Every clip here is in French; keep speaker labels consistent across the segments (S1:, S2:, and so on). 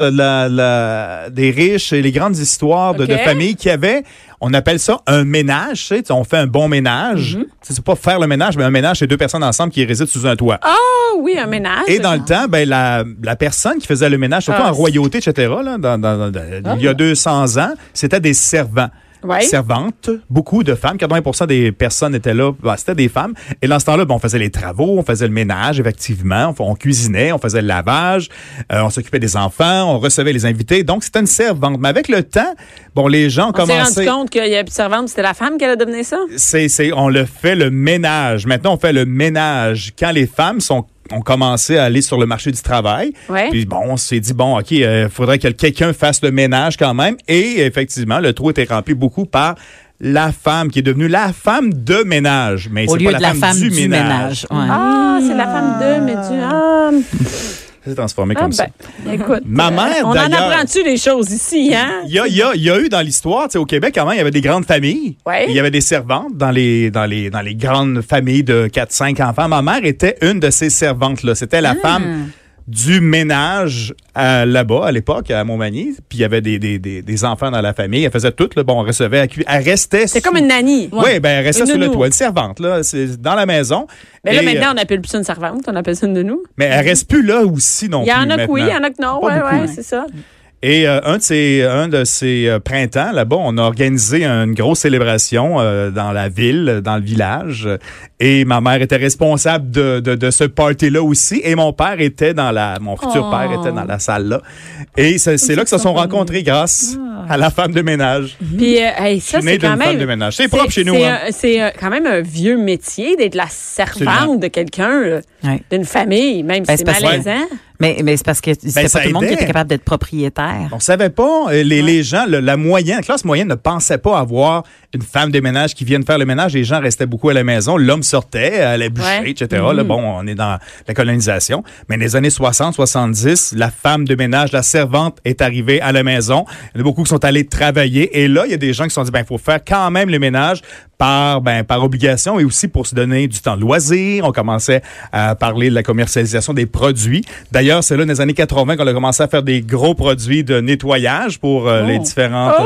S1: euh, la- la- des riches et les grandes histoires de,
S2: Ok.
S1: de familles qu'il y avait. On appelle ça un ménage. tu sais, on fait un bon ménage. Tu sais, C'est pas faire le ménage, mais un ménage, c'est deux personnes ensemble qui résident sous un toit.
S2: Ah oui, un ménage.
S1: Et dans le temps, ben, la, la personne qui faisait le ménage, surtout
S2: Ah,
S1: en
S2: c'est- Ah.
S1: royauté, etc., là, dans- dans- dans- il y a 200 ans, c'était des servants.
S2: Ouais.
S1: Servantes, beaucoup de femmes, 80 des personnes étaient là, ben, c'était des femmes. Et dans ce temps-là, ben, on faisait les travaux, on faisait le ménage, effectivement, on, on cuisinait, on faisait le lavage, euh, on s'occupait des enfants, on recevait les invités. Donc, c'était une servante. Mais avec le temps, bon, les gens ont
S2: On s'est rendu
S1: commencé...
S2: compte qu'il y a une servante, c'était la femme qui allait devenir ça.
S1: C'est, c'est, on le fait le ménage. Maintenant, on fait le ménage. Quand les femmes sont, ont commencé à aller sur le marché du travail,
S2: Ouais.
S1: puis bon, on s'est dit, bon, OK, il faudrait que quelqu'un fasse le ménage quand même. Et effectivement, le trou était rempli beaucoup par la femme qui est devenue la femme de ménage. Mais
S3: Au
S1: c'est
S3: lieu
S1: pas
S3: de la femme du ménage. ouais.
S2: Ah, c'est la femme de, mais tu. Ah,
S1: C'est transformé
S2: ah
S1: comme ça.
S2: ben, écoute.
S1: Ma mère,
S2: On en
S1: d'ailleurs-
S2: apprend-tu des choses ici, hein?
S1: Il y, a, il y a- il y a eu dans l'histoire, tu sais, au Québec, avant, il y avait des grandes familles.
S2: Ouais.
S1: Il y avait des servantes dans les, dans les, dans les grandes familles de 4-5 enfants. Ma mère était une de ces servantes-là. C'était
S2: Ah.
S1: la femme du ménage à- là-bas, à l'époque, à Montmagny. Puis il y avait des, des, des, des enfants dans la famille. Elle faisait tout. Là. Bon, on recevait, elle, cu- elle restait.
S2: C'est comme une nanny.
S1: Oui, ben, elle restait
S2: Une
S1: sur le
S2: nounou.
S1: toit. Une servante, là. C'est dans la maison.
S2: Mais là,
S1: Et,
S2: maintenant,
S1: euh,
S2: on n'appelle plus ça une servante, on appelle ça une de nous.
S1: mais elle reste plus là aussi non
S2: Il y
S1: plus.
S2: en a que oui, il y
S1: maintenant.
S2: en a que non.
S1: Pas
S2: Oui,
S1: beaucoup.
S2: oui, c'est ça.
S1: Et euh, un de ces, un de ces euh, printemps, là-bas, on a organisé une grosse célébration euh, dans la ville, dans le village. Et ma mère était responsable de, de, de ce party-là aussi. Et mon père était dans la, mon futur
S3: Oh.
S1: père était dans la salle-là. Et c'est c'est là que se sont rencontrés grâce à la femme de ménage.
S2: Puis, euh, hey, ça,
S1: Je suis né
S2: c'est quand
S1: d'une femme de
S2: même.
S1: ménage. C'est propre chez nous.
S2: c'est
S1: hein.
S2: un- C'est euh, quand même un vieux métier d'être la
S1: Absolument.
S2: servante de quelqu'un, euh,
S3: Ouais.
S2: d'une famille, même si
S3: Ben,
S2: c'est
S3: c'est parce que-
S2: malaisant.
S3: Mais, mais c'est parce que c'était
S1: Ben, ça
S3: pas tout le monde qui
S1: aidait.
S3: était capable d'être propriétaire.
S1: On savait pas. euh, Les, les gens, le- la moyenne, la classe moyenne ne pensait pas avoir une femme de ménage qui vienne faire le ménage. Les gens restaient beaucoup à la maison. L'homme sortait, allait boucher,
S2: Ouais.
S1: etc. Là, bon, on est dans la colonisation. Mais dans les années 60, 70, la femme de ménage, la servante est arrivée à la maison. Il y en a beaucoup qui sont allés travailler. Et là, il y a des gens qui se sont dit, ben, il faut faire quand même le ménage par, ben, par obligation et aussi pour se donner du temps de loisir. On commençait à parler de la commercialisation des produits. D'ailleurs, c'est là, dans les années 80, qu'on a commencé à faire des gros produits de nettoyage pour euh, les différentes.
S2: Oh,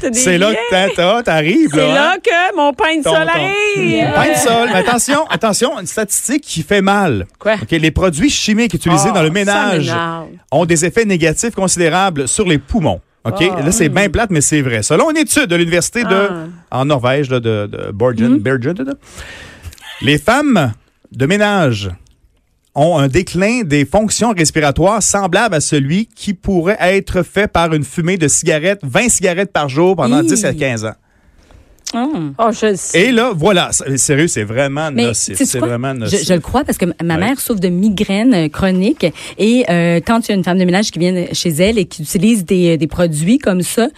S2: t'as des
S1: c'est là que t'as-
S2: liens.
S1: t'as- t'arrives.
S2: C'est
S1: hein?
S2: là que mon pain de
S1: Ton-
S2: sol
S1: ton-
S2: arrive.
S1: Pain de sol. Mais attention, attention, une statistique qui fait mal.
S2: Quoi?
S1: OK, les produits chimiques utilisés
S2: Ah,
S1: dans le
S2: ça
S1: ménage Mm.
S2: m'énerve.
S1: ont des effets négatifs considérables sur les poumons. OK?
S2: Oh.
S1: là, c'est bien plate, mais c'est vrai. Selon une étude de l'université de,
S2: Ah.
S1: en Norvège, là, de, de Bergen,
S2: Mm-hmm.
S1: Bergen, là, là, les femmes de ménage ont un déclin des fonctions respiratoires semblable à celui qui pourrait être fait par une fumée de cigarettes, 20 cigarettes par jour pendant 10 à 15 ans.
S2: Oh, je le sais.
S1: Et là, voilà, c'est- sérieux, c'est vraiment
S4: Mais
S1: nocif.
S4: sais-tu
S1: C'est
S4: quoi?
S1: vraiment
S4: je,
S1: nocif.
S4: je le crois parce que ma
S1: Ouais.
S4: mère souffre de migraines euh, chroniques et euh, quand il y a une femme de ménage qui vient chez elle et qui utilise des, des produits comme ça,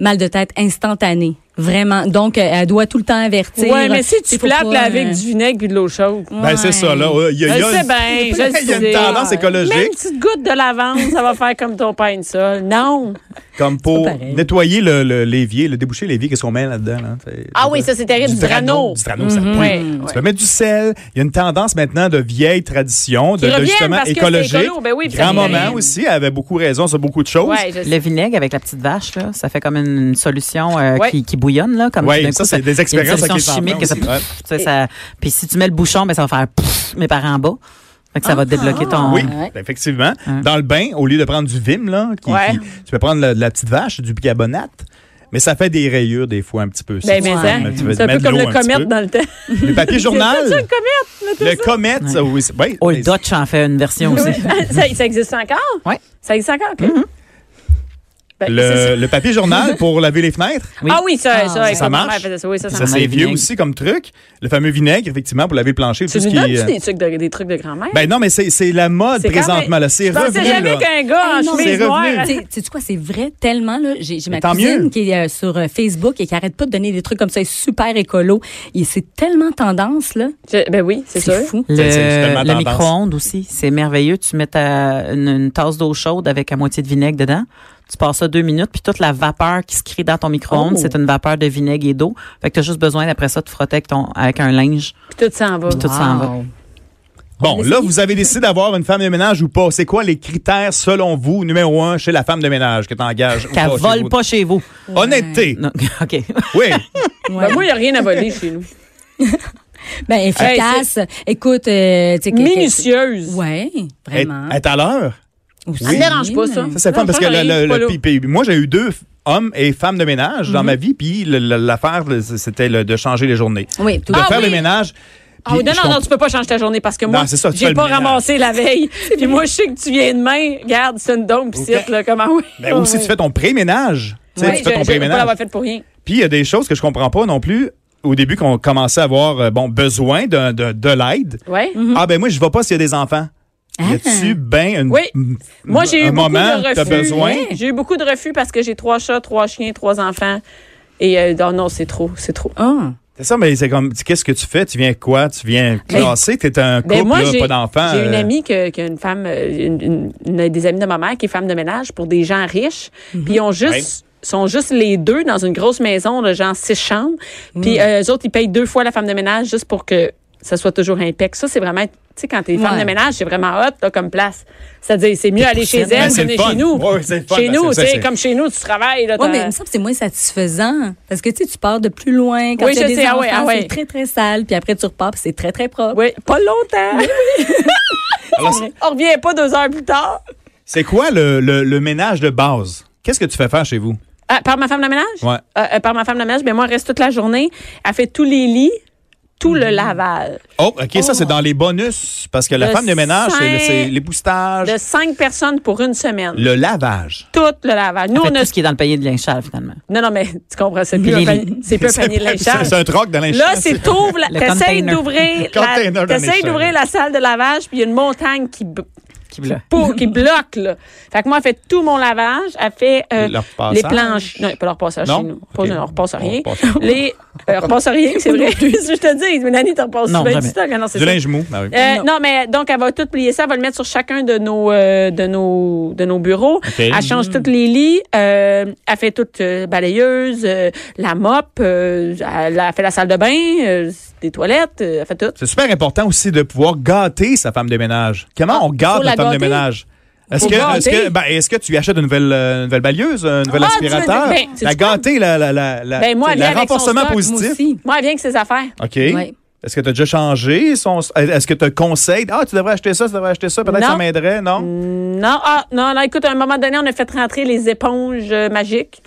S4: mal de tête instantané. Vraiment. Donc, euh, elle doit tout le temps avertir.
S2: Ouais, mais si tu hein.
S4: Faut
S2: flattes
S4: pas,
S2: là, avec
S4: euh,
S2: du vinaigre puis de l'eau chaude.
S1: Ben, c'est
S4: Ouais.
S1: ça, là. euh, Il y a, il
S2: Je
S1: y a
S2: sais
S1: une-
S2: bien, je
S1: il y a
S2: sais.
S1: une tendance
S2: Même une
S1: écologique
S2: petite goutte de lavande, ça va faire comme ton pain de sol. Non.
S1: comme pour
S4: pas pareil.
S1: nettoyer le- le- l'évier, le, déboucher l'évier, qu'est-ce qu'on met là-dedans? là? C'est-
S2: Ah oui, ça, c'est terrible, du drano.
S1: Du drano, ça pue.
S2: Ouais, Mm.
S1: Tu
S2: ouais.
S1: peux mettre du sel. Il y a une tendance maintenant de vieilles traditions, de,
S2: Qui
S1: de
S2: reviennent
S1: justement
S2: parce que c'est
S1: écologique.
S2: écolo, ben oui, puis ça
S1: Grand-maman
S2: revient.
S1: aussi elle avait beaucoup raison sur beaucoup de choses.
S2: Ouais, je sais.
S3: Le vinaigre avec la petite vache, là, ça fait comme une solution euh,
S2: Ouais.
S3: qui, qui bouillonne. Là, comme
S1: Ouais,
S3: tout d'un
S1: ça,
S3: coup,
S1: c'est des
S3: Ben, il y a une
S1: expériences avec
S3: solution
S1: les
S3: chimique. Que ça,
S1: enfants aussi,
S3: pff, tu sais, ça- puis si tu mets le bouchon, ben, ça va faire pff, mes parents en bas. Fait que
S2: Ah.
S3: ça va débloquer ton...
S1: Oui, effectivement. Dans le bain, au lieu de prendre du Vim, là, qui-
S2: Hein. Ouais.
S1: qui- tu peux prendre la, la petite vache, du bicarbonate, mais ça fait des rayures des fois un petit peu.
S2: Ben,
S1: Si tu
S2: mais
S1: veux,
S2: hein,
S1: tu veux
S2: c'est un peu
S1: mettre
S2: comme
S1: l'eau
S2: le
S1: petit peu.
S2: comète dans le temps.
S1: Le papier journal.
S2: C'est ça, le comète.
S1: Le comète, ça, oui. c'est- oui,
S3: Old
S1: mais-
S3: Dutch en fait une version aussi.
S2: Oui. ça, ça existe encore?
S3: Ouais.
S2: Ça existe encore, OK. Ben, c'est
S1: Mm-hmm. le, le papier journal pour laver les fenêtres.
S3: Oui.
S2: Ah oui, ça,
S4: Ah,
S2: ça, avec
S1: ça
S2: ma mère,
S1: marche?
S2: elle faisait ça, oui, ça, ça
S1: Ça,
S2: marche.
S1: c'est
S3: vinaigre.
S1: vieux aussi comme truc. Le fameux vinaigre, effectivement, pour laver le plancher. tout
S2: Tu
S1: ce
S2: nous
S1: qui,
S2: donnes-tu
S1: euh,
S2: des trucs de, des trucs de grand-mère?
S1: Ben non, mais c'est c'est la mode
S2: C'est quand
S1: présentement.
S2: même-
S1: là. C'est
S2: Je pensais
S1: revenu.
S2: jamais
S1: là. Ah
S2: qu'un gars en
S4: Hey, non,
S2: chemise
S1: c'est
S2: noire.
S1: revenu.
S4: Tu sais quoi, c'est vrai tellement là. J'ai j'ai ma
S1: Mais tant
S4: cousine
S1: mieux.
S4: qui est euh, sur euh, Facebook et qui arrête pas de donner des trucs comme ça. Elle est super écolo. Et c'est tellement tendance là.
S2: Je- Ben oui, c'est sûr.
S4: C'est fou.
S1: C'est- c'est tellement
S3: Le, le
S1: tendance.
S3: micro-ondes aussi, c'est merveilleux. Tu mets ta- une, une tasse d'eau chaude avec à moitié de vinaigre dedans. Tu passes ça deux minutes, puis toute la vapeur qui se crée dans ton micro-ondes,
S2: Oh.
S3: c'est une vapeur de vinaigre et d'eau. Fait que t'as juste besoin d'après ça de frotter avec, ton, avec un linge.
S2: Puis tout s'en va.
S3: Puis tout s'en va.
S1: Bon, là, vous avez décidé d'avoir une femme de ménage ou pas. C'est quoi les critères, selon vous, numéro un, chez la femme de ménage que t'engages? ou
S3: Qu'elle
S1: pas chez
S3: vole
S1: vous?
S3: pas chez vous.
S1: Honnêteté.
S3: Non, OK.
S1: Oui.
S2: Ben moi, il n'y a rien à voler chez nous.
S4: Ben efficace. Écoute, euh, tu sais, que- que-
S2: Minutieuse.
S4: Ouais,
S1: Être
S4: vraiment.
S1: être à l'heure.
S4: Aussi,
S2: Ça ne dérange pas, ça.
S4: mais-
S1: Ça, c'est le fun
S2: Non,
S1: parce que
S2: ça,
S1: le-
S2: j'arrive
S1: le-
S2: pas
S1: le-
S2: là. Mhm.
S1: puis- puis moi, j'ai eu deux f- hommes et femmes de ménage dans ma vie, puis le- le- l'affaire, le- c'était le- de changer les journées.
S4: Oui, tout
S1: De
S4: à
S1: faire
S2: Ah oui.
S1: le ménage.
S2: Ah
S1: puis
S2: oui, non,
S1: je
S2: non, non,
S1: comprends-
S2: tu peux pas changer ta journée parce que
S1: Non,
S2: moi,
S1: c'est ça, tu fais
S2: j'ai
S1: le
S2: pas
S1: ménage.
S2: ramassé la veille. Puis moi, je sais que tu viens demain. Garde, c'est une dompe, pis c'est là, comment oui.
S1: Ben, aussi, tu fais ton pré-ménage. Tu sais,
S2: Oui,
S1: tu fais ton
S2: je- je vais pas
S1: pré-ménage.
S2: l'avoir fait pour rien.
S1: Puis il y a des choses que je comprends pas non plus. Au début, qu'on commençait à avoir euh, bon, besoin d'un- de, de l'aide.
S2: Ouais.
S1: Ah ben moi, je ne vais pas s'il y a des enfants. Y a-tu ben une,
S2: Ah. Oui.
S1: m-
S2: Moi, j'ai
S1: un
S2: eu beaucoup
S1: moment
S2: de
S1: que t'as
S2: refus. Hein?
S1: besoin?
S2: Ouais. J'ai eu beaucoup de refus parce que j'ai trois chats, trois chiens, trois enfants. Et euh, non, non, c'est trop, c'est trop.
S4: Ah.
S1: C'est ça, mais c'est comme, tu- qu'est-ce que tu fais? Tu viens quoi? Tu viens classer? T'es un couple,
S2: Ben moi,
S1: là,
S2: j'ai
S1: pas d'enfant.
S2: j'ai une
S1: euh,
S2: amie que- qui a une femme, euh, une- une- une des amies de ma mère qui est femme de ménage pour des gens riches.
S1: Mhm.
S2: Puis ils ont juste. sont juste les deux dans une grosse maison de genre six chambres.
S1: Mhm.
S2: Puis euh, eux autres, ils payent deux fois la femme de ménage juste pour que ça soit toujours impec. Ça, c'est vraiment... Tu sais, quand t'es femme
S4: Ouais.
S2: de ménage, c'est vraiment hot là, comme place. C'est-à-dire, c'est mieux aller chez
S1: Ben,
S2: elle
S1: c'est
S2: que
S1: le
S2: d'aller
S1: fun.
S2: chez nous.
S1: Ouais, ouais, c'est le fun,
S2: chez
S1: ben,
S2: nous,
S1: c'est-
S2: tu sais,
S1: c'est-
S2: comme chez nous, tu travailles. Là,
S4: Oui,
S2: t'as-
S4: mais il me semble que c'est moins satisfaisant. Parce que tu sais, tu pars de plus loin. Quand
S2: Oui,
S4: tu
S2: je
S4: des
S2: sais, ah
S4: enfants,
S2: ouais, ah ouais.
S4: c'est très, très sale. Puis après, tu repars, puis c'est très, très propre.
S2: Oui, pas longtemps.
S1: alors, c'est-
S2: On revient pas deux heures plus tard.
S1: c'est quoi le, le- le ménage de base? Qu'est-ce que tu fais faire chez vous?
S2: Ah, par ma femme de ménage?
S1: Ouais.
S2: Euh, euh, par ma femme de ménage, mais moi, elle reste toute la journée. Elle fait tous les lits, tout le lavage.
S1: Oh, OK, ça, c'est dans les bonus. Parce que la
S2: Le
S1: femme de ménage, c'est le-
S2: sein-
S1: c'est l'époustage,
S2: De cinq personnes pour une semaine.
S1: le lavage.
S2: Tout le lavage. Nous,
S3: Fait
S2: on a.
S3: tout ce qui est dans le panier de linge sale, finalement.
S2: Non, non, mais tu comprends, c'est plus,
S3: Les
S2: un
S3: lits.
S2: panier- c'est plus un panier de linge sale.
S1: C'est un troc de linge
S2: Là,
S1: sale,
S2: c'est t'ouvres, la-
S3: Le
S2: t'essayes
S3: container.
S2: d'ouvrir,
S1: Le container
S2: la,
S1: de linge
S2: t'essayes
S1: sale.
S2: d'ouvrir la salle de lavage, puis il y a une montagne qui, b-
S3: Qui là.
S2: pour- qui bloque, là. Fait que moi, elle fait tout mon lavage, elle fait euh,
S1: Leur passage.
S2: les planches. Non, pas leur passage
S1: Non?
S2: chez nous. Pas,
S1: Ok.
S2: Non, on repasse à
S1: On
S2: rien.
S1: repasse à rien.
S2: Les, euh, repasse à rien, c'est vrai. je te dis, mais Nanny, t'en repasses
S3: Non,
S2: bien du
S3: jamais.
S2: stock. Ah non, c'est
S1: Du
S2: ça.
S1: linge mou. Ah oui.
S2: Euh, non. mais donc, elle va tout plier ça. Elle va le mettre sur chacun de nos, euh, de nos, de nos bureaux. Elle change tous les lits. euh, elle fait toute euh, balayeuse, euh, la mop. euh, elle, elle fait la salle de bain, euh, des toilettes. euh, elle fait tout.
S1: C'est super important aussi de pouvoir gâter sa femme de ménage. Comment
S2: Ah,
S1: on gâte
S2: faut
S1: la
S2: la
S1: femme de
S2: gâter.
S1: ménage? Est-ce
S2: Faut
S1: que,
S2: gâter.
S1: est-ce que, ben, est-ce que tu lui achètes une nouvelle, euh, une nouvelle balieuse, un nouvel
S2: Ah, tu veux dire-
S1: aspirateur?
S2: ben, sais-tu
S1: la
S2: quoi?
S1: gâter, la, la, la, la-
S2: Ben, moi,
S1: tu sais,
S2: elle est
S1: le
S2: avec son
S1: renforcement
S2: stock, moi
S1: positif.
S4: Moi aussi.
S2: Moi, elle vient avec ses affaires.
S1: OK.
S4: Ouais.
S1: Est-ce que tu as déjà changé? son- Est-ce que tu as conseil? Ah, tu devrais acheter ça, tu devrais acheter ça, peut-être que ça
S2: Non.
S1: m'aiderait, non?
S2: Non, ah, non, là, écoute, à un moment donné, on a fait rentrer les éponges euh, magiques.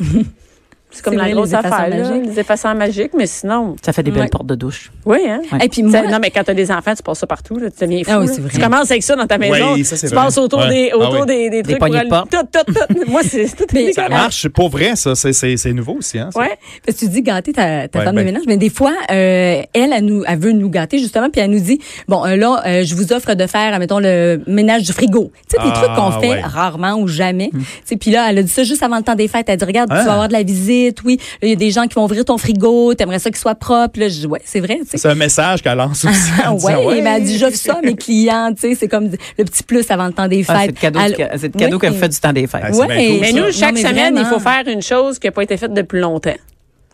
S2: C'est comme
S4: C'est
S2: la
S4: vrai,
S2: grosse
S4: les effaçants
S2: affaire, là,
S4: magiques.
S2: les effaçants magiques, mais sinon,
S3: Ça fait des belles
S4: Ouais.
S3: portes de douche.
S2: oui, hein?
S4: Et puis
S2: Ça-
S4: moi,
S2: non, mais quand t'as des enfants, tu passes ça partout. Là, tu deviens fou.
S4: Ah oui,
S2: là.
S4: c'est vrai.
S2: Tu commences avec ça dans ta maison.
S1: Oui, ça, c'est
S2: tu
S1: vrai.
S2: passes autour,
S1: Ouais.
S2: des, autour
S1: Ah oui.
S2: des, des trucs.
S3: poignées de
S2: aller-
S3: porte.
S2: Tout, tout, tout. Moi, c'est c'est tout.
S4: Mais-
S1: Ça marche, c'est pour vrai, ça. C'est, c'est, c'est nouveau aussi, hein? ça?
S2: Ouais.
S4: Parce que tu dis gâter ta, ta
S1: Ouais,
S4: femme
S1: ben-
S4: de ménage, mais des fois, euh, elle, elle, nous, elle veut nous gâter justement, puis elle nous dit, bon, euh, là, euh, je vous offre de faire, mettons, le ménage du frigo. Tu sais, des
S1: Ah,
S4: trucs qu'on fait
S1: ouais. Hmm.
S4: rarement ou jamais. Tu sais, puis là, elle a dit ça juste avant le temps des fêtes. Elle dit, regarde,
S1: Ah.
S4: tu vas avoir de la visite, oui, là, il y a des gens qui vont ouvrir ton frigo, t'aimerais ça qu'il soit propre. Là, je dis, ouais, c'est vrai, tu sais.
S1: C'est un message qu'elle lance aussi. en
S4: Ah ouais,
S1: disant,
S4: mais elle dit j'offre ça à mes clients, tu sais, c'est comme le petit plus avant le temps des fêtes.
S3: Ah, c'est le cadeau,
S4: Elle-
S3: du ca- c'est le cadeau
S4: Oui.
S3: qu'elle fait du temps des fêtes.
S1: Ah, c'est
S4: Ouais,
S1: bien cool,
S2: Mais
S1: ça.
S2: nous, chaque
S4: Non, mais
S2: semaine, il
S4: vraiment.
S2: faut faire une chose qui n'a pas été faite depuis longtemps.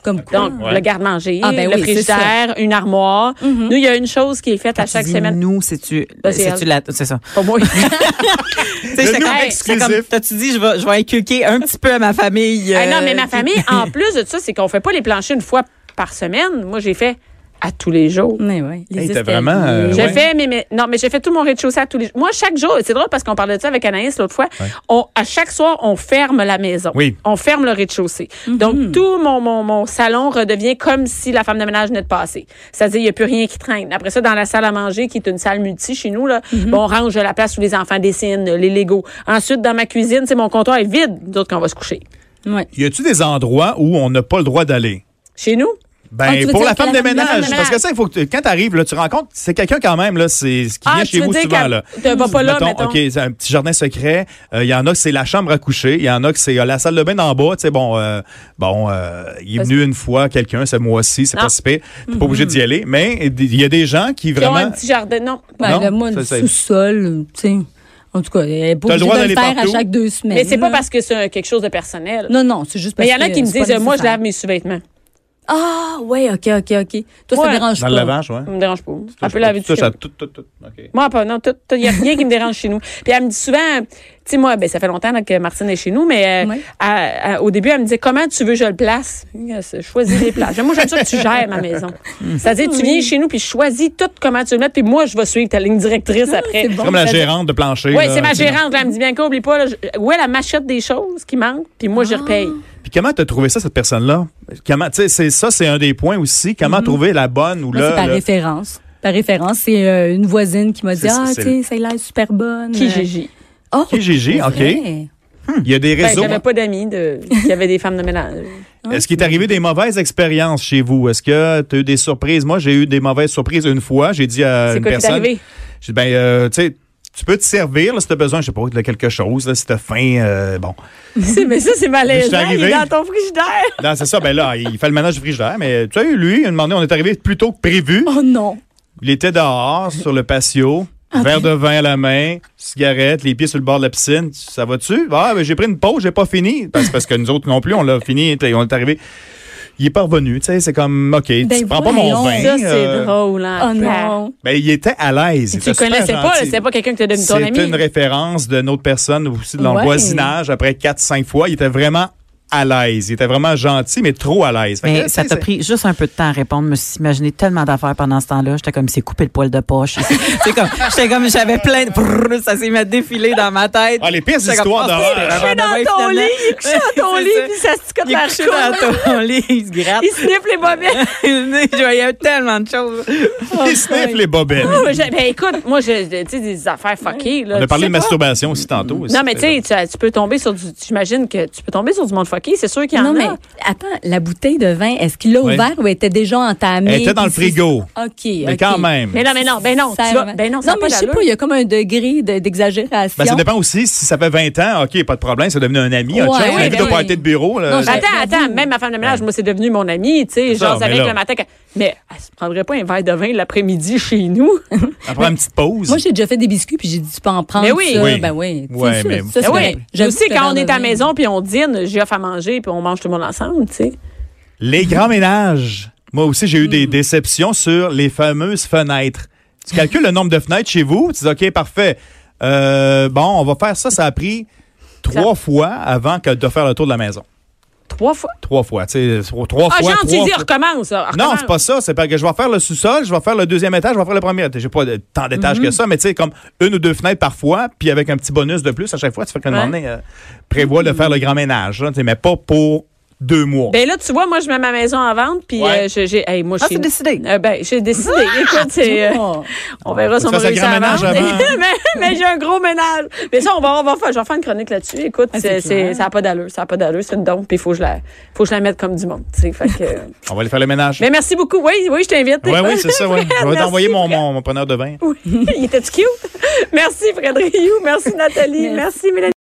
S4: comme quoi?
S2: Donc, le garde-manger,
S4: Ah, ben
S2: le
S4: oui, c'est ça. Mm-hmm.
S2: frigidaire, une armoire. Nous, il y a une chose qui est faite à chaque
S3: Dis
S2: semaine.
S3: Nous, c'est-tu.
S2: Ben, c'est
S3: C'est-tu la. C'est ça.
S2: Pas moi.
S3: Tu sais, j'étais
S1: nous
S3: comme-
S1: exclusif.
S3: j'étais comme, T'as-tu dit, je vais, je vais inculquer un petit peu à ma famille.
S2: Ah
S3: euh,
S2: non, mais ma
S3: puis-
S2: famille, en plus de ça, c'est qu'on fait pas les planchers une fois par semaine. Moi, j'ai fait à tous les jours.
S4: Mais ouais, les
S1: Hey, t'as
S4: escaliers.
S1: vraiment, euh,
S2: J'ai
S1: Ouais.
S2: fait mes- mes- non, mais j'ai fait tout mon rez-de-chaussée à tous les jours. Moi, chaque jour, c'est drôle parce qu'on parlait de ça avec Anaïs l'autre fois. On, à chaque soir, on ferme la maison.
S1: Oui. Mhm.
S2: On ferme le rez-de-chaussée. Donc, tout mon, mon, mon salon redevient comme si la femme de ménage venait de passer. C'est-à-dire, il n'y a plus rien qui traîne. Après ça, dans la salle à manger, qui est une salle multi chez nous, là,
S1: Mhm.
S2: bon, on range la place où les enfants dessinent, les Legos. Ensuite, dans ma cuisine, c'est mon comptoir est vide, d'autres qu'on va se coucher.
S4: Ouais.
S1: Y a-tu des endroits où on n'a pas le droit d'aller?
S2: Chez nous?
S4: Ah, tu
S1: Ben,
S4: veux
S1: pour
S4: dire
S1: la
S4: que la
S1: femme
S4: femme-
S1: de
S4: la
S1: ménage.
S2: femme de
S1: Parce que
S2: ménage.
S1: ça, il faut que tu- quand tu arrives, là, tu rencontres, c'est quelqu'un quand même, là, c'est ce qui
S2: Ah,
S1: vient
S2: tu
S1: chez
S2: veux
S1: vous
S2: dire
S1: souvent,
S2: qu'elle
S1: là.
S2: te va pas là, mettons.
S1: OK, c'est un petit jardin secret. Euh, Il y en a que c'est la chambre à coucher. Il y en a que c'est euh, la salle de bain d'en bas. Tu sais, bon, euh, bon, euh, il est
S2: Parce-
S1: venu une fois quelqu'un ce mois-ci, c'est
S2: Non.
S1: pas si pire. T'es pas obligé d'y aller. Mais il y a des gens qui
S2: Qui ont un
S1: vraiment.
S2: petit jardin. Non.
S4: Ben,
S1: Non,
S4: le moi,
S1: ça,
S4: le
S1: c'est-
S4: sous-sol, tu sais. En tout cas, elle est pas
S1: T'as le
S4: obligée
S1: droit
S4: de le
S1: d'aller
S4: faire
S1: partout.
S4: à chaque deux semaines.
S2: Mais c'est pas
S4: là.
S2: parce que c'est un- quelque chose de personnel.
S4: Non, non, c'est juste parce
S2: Mais il
S4: que.
S2: y en a qui me
S4: c'est
S2: disent,
S4: pas
S2: euh, moi, je
S4: nécessaire.
S2: lave mes sous-vêtements.
S4: Ah, ouais, OK, OK, OK. Toi, ça
S2: Ouais.
S4: te dérange
S1: Dans
S4: pas.
S1: le lavage, ouais.
S2: Ça me dérange pas.
S1: Touche-
S2: On peut laver
S1: touche
S2: tout
S1: à tout, tout, tout. OK.
S2: Moi, pas, non, il n'y a rien qui me dérange chez nous. Puis elle me dit souvent, tu sais, moi, ben, ça fait longtemps là, que Martine est chez nous, mais euh,
S4: Oui.
S2: elle- elle- au début, elle me disait, comment tu veux que je le place? Je choisis les places. Moi, j'aime ça que tu gères ma maison. C'est-à-dire, tu viens chez nous, puis je choisis tout comment tu veux le mettre, puis moi, je vais suivre ta ligne directrice
S4: Ah,
S2: après.
S1: Comme la
S2: C'est-à-dire-
S1: gérante de plancher.
S2: Oui,
S1: là,
S2: c'est ma
S1: tu sais.
S2: gérante. là, elle me dit, bien oublie pas, là, je- où est la machette des choses qui manquent, puis moi, je
S4: Ah.
S2: repaye.
S1: Puis comment t'as trouvé ça, cette personne-là? Comment, tu sais, c'est- ça, c'est un des points aussi.
S2: Mhm.
S1: Comment trouver la bonne ou
S4: Moi, c'est
S1: là.
S4: par
S1: là-
S4: référence. Par référence, c'est euh, une voisine qui m'a dit
S1: C'est-
S4: Ah,
S1: c'est-
S4: tu sais, celle-là est super bonne.
S2: Qui, Gigi?
S4: Oh,
S1: Qui est Gigi?
S4: c'est
S1: OK.
S4: vrai.
S1: Il y a des
S2: Ben,
S1: réseaux.
S2: j'avais pas d'amis de... qui avaient des femmes de ménage.
S1: Euh, Est-ce qu'il est arrivé des mauvaises expériences chez vous? Est-ce que tu as eu des surprises? Moi, j'ai eu des mauvaises surprises une fois. J'ai dit à
S2: C'est
S1: une
S2: quoi qui t'est
S1: personne.
S2: arrivé?
S1: J'ai dit, ben, euh, tu sais, tu peux te servir là, si tu as besoin, je sais pas, de quelque chose, là, si tu as faim. euh, bon.
S2: C'est- Mais ça, c'est
S1: Je suis
S2: malaisant. Il
S1: arrivé.
S2: est dans ton frigidaire.
S1: Non, c'est ça. Ben là, il fait le ménage du frigidaire. Mais tu as eu lui, une moment donné, on est arrivé plus tôt que prévu.
S4: Oh non.
S1: Il était dehors, sur le patio. Verre de vin à la main, cigarette, les pieds sur le bord de la piscine. Ça va-tu? Ah, ben, j'ai pris une pause, j'ai pas fini. Parce, parce que nous autres non plus, on l'a fini, t'sais, on est arrivé. Il est pas revenu, tu sais, c'est comme, OK, tu prends pas mon
S4: voyons,
S1: vin.
S2: Ben Ça, c'est
S1: euh,
S2: drôle.
S4: Oh
S2: Hein,
S4: non.
S1: Ben, il était à l'aise. il
S2: Tu
S1: était super
S2: connaissais pas,
S1: gentil.
S2: c'était pas quelqu'un qui t'a donné ton ami.
S1: C'était une référence d'une autre personne aussi de
S4: Ouais.
S1: l'envoisinage après 4-5 fois. Il était vraiment à l'aise. Il était vraiment gentil, mais trop à l'aise. Fait que,
S3: Mais
S1: tu
S3: ça
S1: sais,
S3: t'a
S1: c'est-
S3: pris juste un peu de temps à répondre. Je me suis imaginé tellement d'affaires pendant ce temps-là. J'étais comme, c'est couper le poil de poche. c'est comme, j'étais comme, j'avais plein de. brrr, ça s'est mis à défiler dans ma tête.
S1: Ah, les pires
S3: J'étais
S1: histoires
S3: comme,
S1: d'horreur.
S3: ah,
S1: Il
S2: est dans
S3: ben,
S2: ton
S3: finalement.
S2: lit, il est couché dans ton
S3: C'est
S2: lit,
S3: ça.
S2: puis ça se cote
S3: Il est
S2: la
S3: couché
S2: chaîne.
S3: dans ton lit, il se gratte.
S2: Il sniffe les bobettes.
S3: Il y a eu tellement de choses.
S1: il sniffe les bobettes.
S2: Moi, j'ai- ben, écoute, moi, j'ai j'ai, tu sais, des affaires fuckées.
S1: On
S2: Là,
S1: a
S2: Euh, Tu
S1: parlé
S2: sais
S1: de
S2: pas.
S1: masturbation aussi tantôt.
S2: Non, mais tu sais, tu- tu peux tomber sur du. J'imagine que tu peux tomber sur du monde fucké. C'est sûr qu'il y en
S4: non,
S2: a.
S4: mais attends, la bouteille de vin, est-ce qu'il l'a
S1: Oui.
S4: ouvert ou elle était déjà entamée?
S1: Elle était dans le
S4: Puis c'est-
S1: frigo.
S4: OK.
S1: Mais quand même.
S2: Mais non, mais non, ben non. Tu vas, ben non, ça
S4: non,
S2: a
S4: mais
S2: pas
S4: je sais pas,
S2: d'allure.
S4: il y a comme un degré de- d'exagération.
S1: Ben, ça dépend aussi si ça fait 20 ans, OK, pas de problème, c'est devenu un ami, un
S4: Ouais,
S1: chum,
S4: oui,
S1: un ami
S2: ben
S1: de
S2: oui.
S1: party de bureau. là.
S4: Non,
S1: Ça-
S4: j'ai-
S2: Attends, attends, même ma femme de ménage, moi, c'est devenu mon ami, tu sais,
S1: C'est ça,
S2: genre
S1: mais
S2: avec
S1: là-
S2: le matin. quand- Mais elle se prendrait pas un verre de vin l'après-midi chez nous.
S1: on prend une petite pause.
S4: Moi, j'ai déjà fait des biscuits, puis j'ai dit, tu peux en prendre.
S2: Mais oui.
S4: ça.
S1: Oui.
S4: Ben oui.
S1: Ouais,
S4: C'est sûr,
S1: mais-
S4: ça, c'est
S2: Ben
S4: correct.
S2: oui.
S4: J'avoue
S2: aussi,
S4: que
S2: quand
S4: le
S2: on est à la
S4: verre de vin-
S2: maison puis on dîne, j'ai offre à manger puis on mange tout le monde ensemble, tu sais.
S1: Les grands ménages. Moi aussi, j'ai eu
S2: Hmm.
S1: des déceptions sur les fameuses fenêtres. Tu calcules le nombre de fenêtres chez vous, tu dis OK, parfait. Euh, bon, on va faire ça. Ça a pris trois fois avant que de faire le tour de la maison.
S2: Trois fois.
S1: Trois fois, tu sais, trois
S2: Ah,
S1: fois.
S2: Jean, tu
S1: trois
S2: dis,
S1: fois.
S2: recommence. ah, là,
S1: Non,
S2: recommence.
S1: c'est pas ça. C'est parce que je vais faire le sous-sol, je vais faire le deuxième étage, je vais faire le premier étage. J'ai pas de- tant
S2: Mhm.
S1: d'étages que ça, mais tu sais, comme une ou deux fenêtres parfois, puis avec un petit bonus de plus à chaque fois, tu fais qu'à un
S2: Ouais.
S1: moment donné, euh, prévois de faire le grand ménage, là, tu sais, mais pas pour deux mois.
S2: Ben là, tu vois, moi, je mets ma maison en vente, puis
S1: Ouais.
S2: euh, je- j'ai. hey, moi,
S3: Ah,
S2: j'ai-
S3: c'est décidé.
S2: Euh, ben, j'ai décidé. Écoute, c'est. euh,
S4: Oh.
S2: on verra
S1: Faut
S2: si on
S1: que
S2: va
S1: tu fasses
S2: réussir
S1: un
S2: à
S1: grand
S2: vendre.
S1: ménage avant.
S2: mais mais j'ai un gros ménage. Mais ça, on va, on va faire. Je vais faire une chronique là-dessus. Écoute,
S4: Ah,
S2: c'est-
S4: c'est clair.
S2: c'est- ça n'a pas d'allure. Ça n'a pas d'allure. C'est une dompe, puis il faut, que je la- faut que je la mette comme du monde, tu sais. Fait que.
S1: On va aller faire le ménage.
S2: Mais merci beaucoup. Oui, oui, je t'invite.
S1: Oui, oui, c'est ça, oui.
S2: Fred,
S1: Je vais
S2: merci,
S1: t'envoyer mon,
S2: Fred.
S1: mon, mon preneur de vin.
S2: Oui. Il était cute. Merci, Frédéric. Merci, Nathalie. Merci, Mélanie.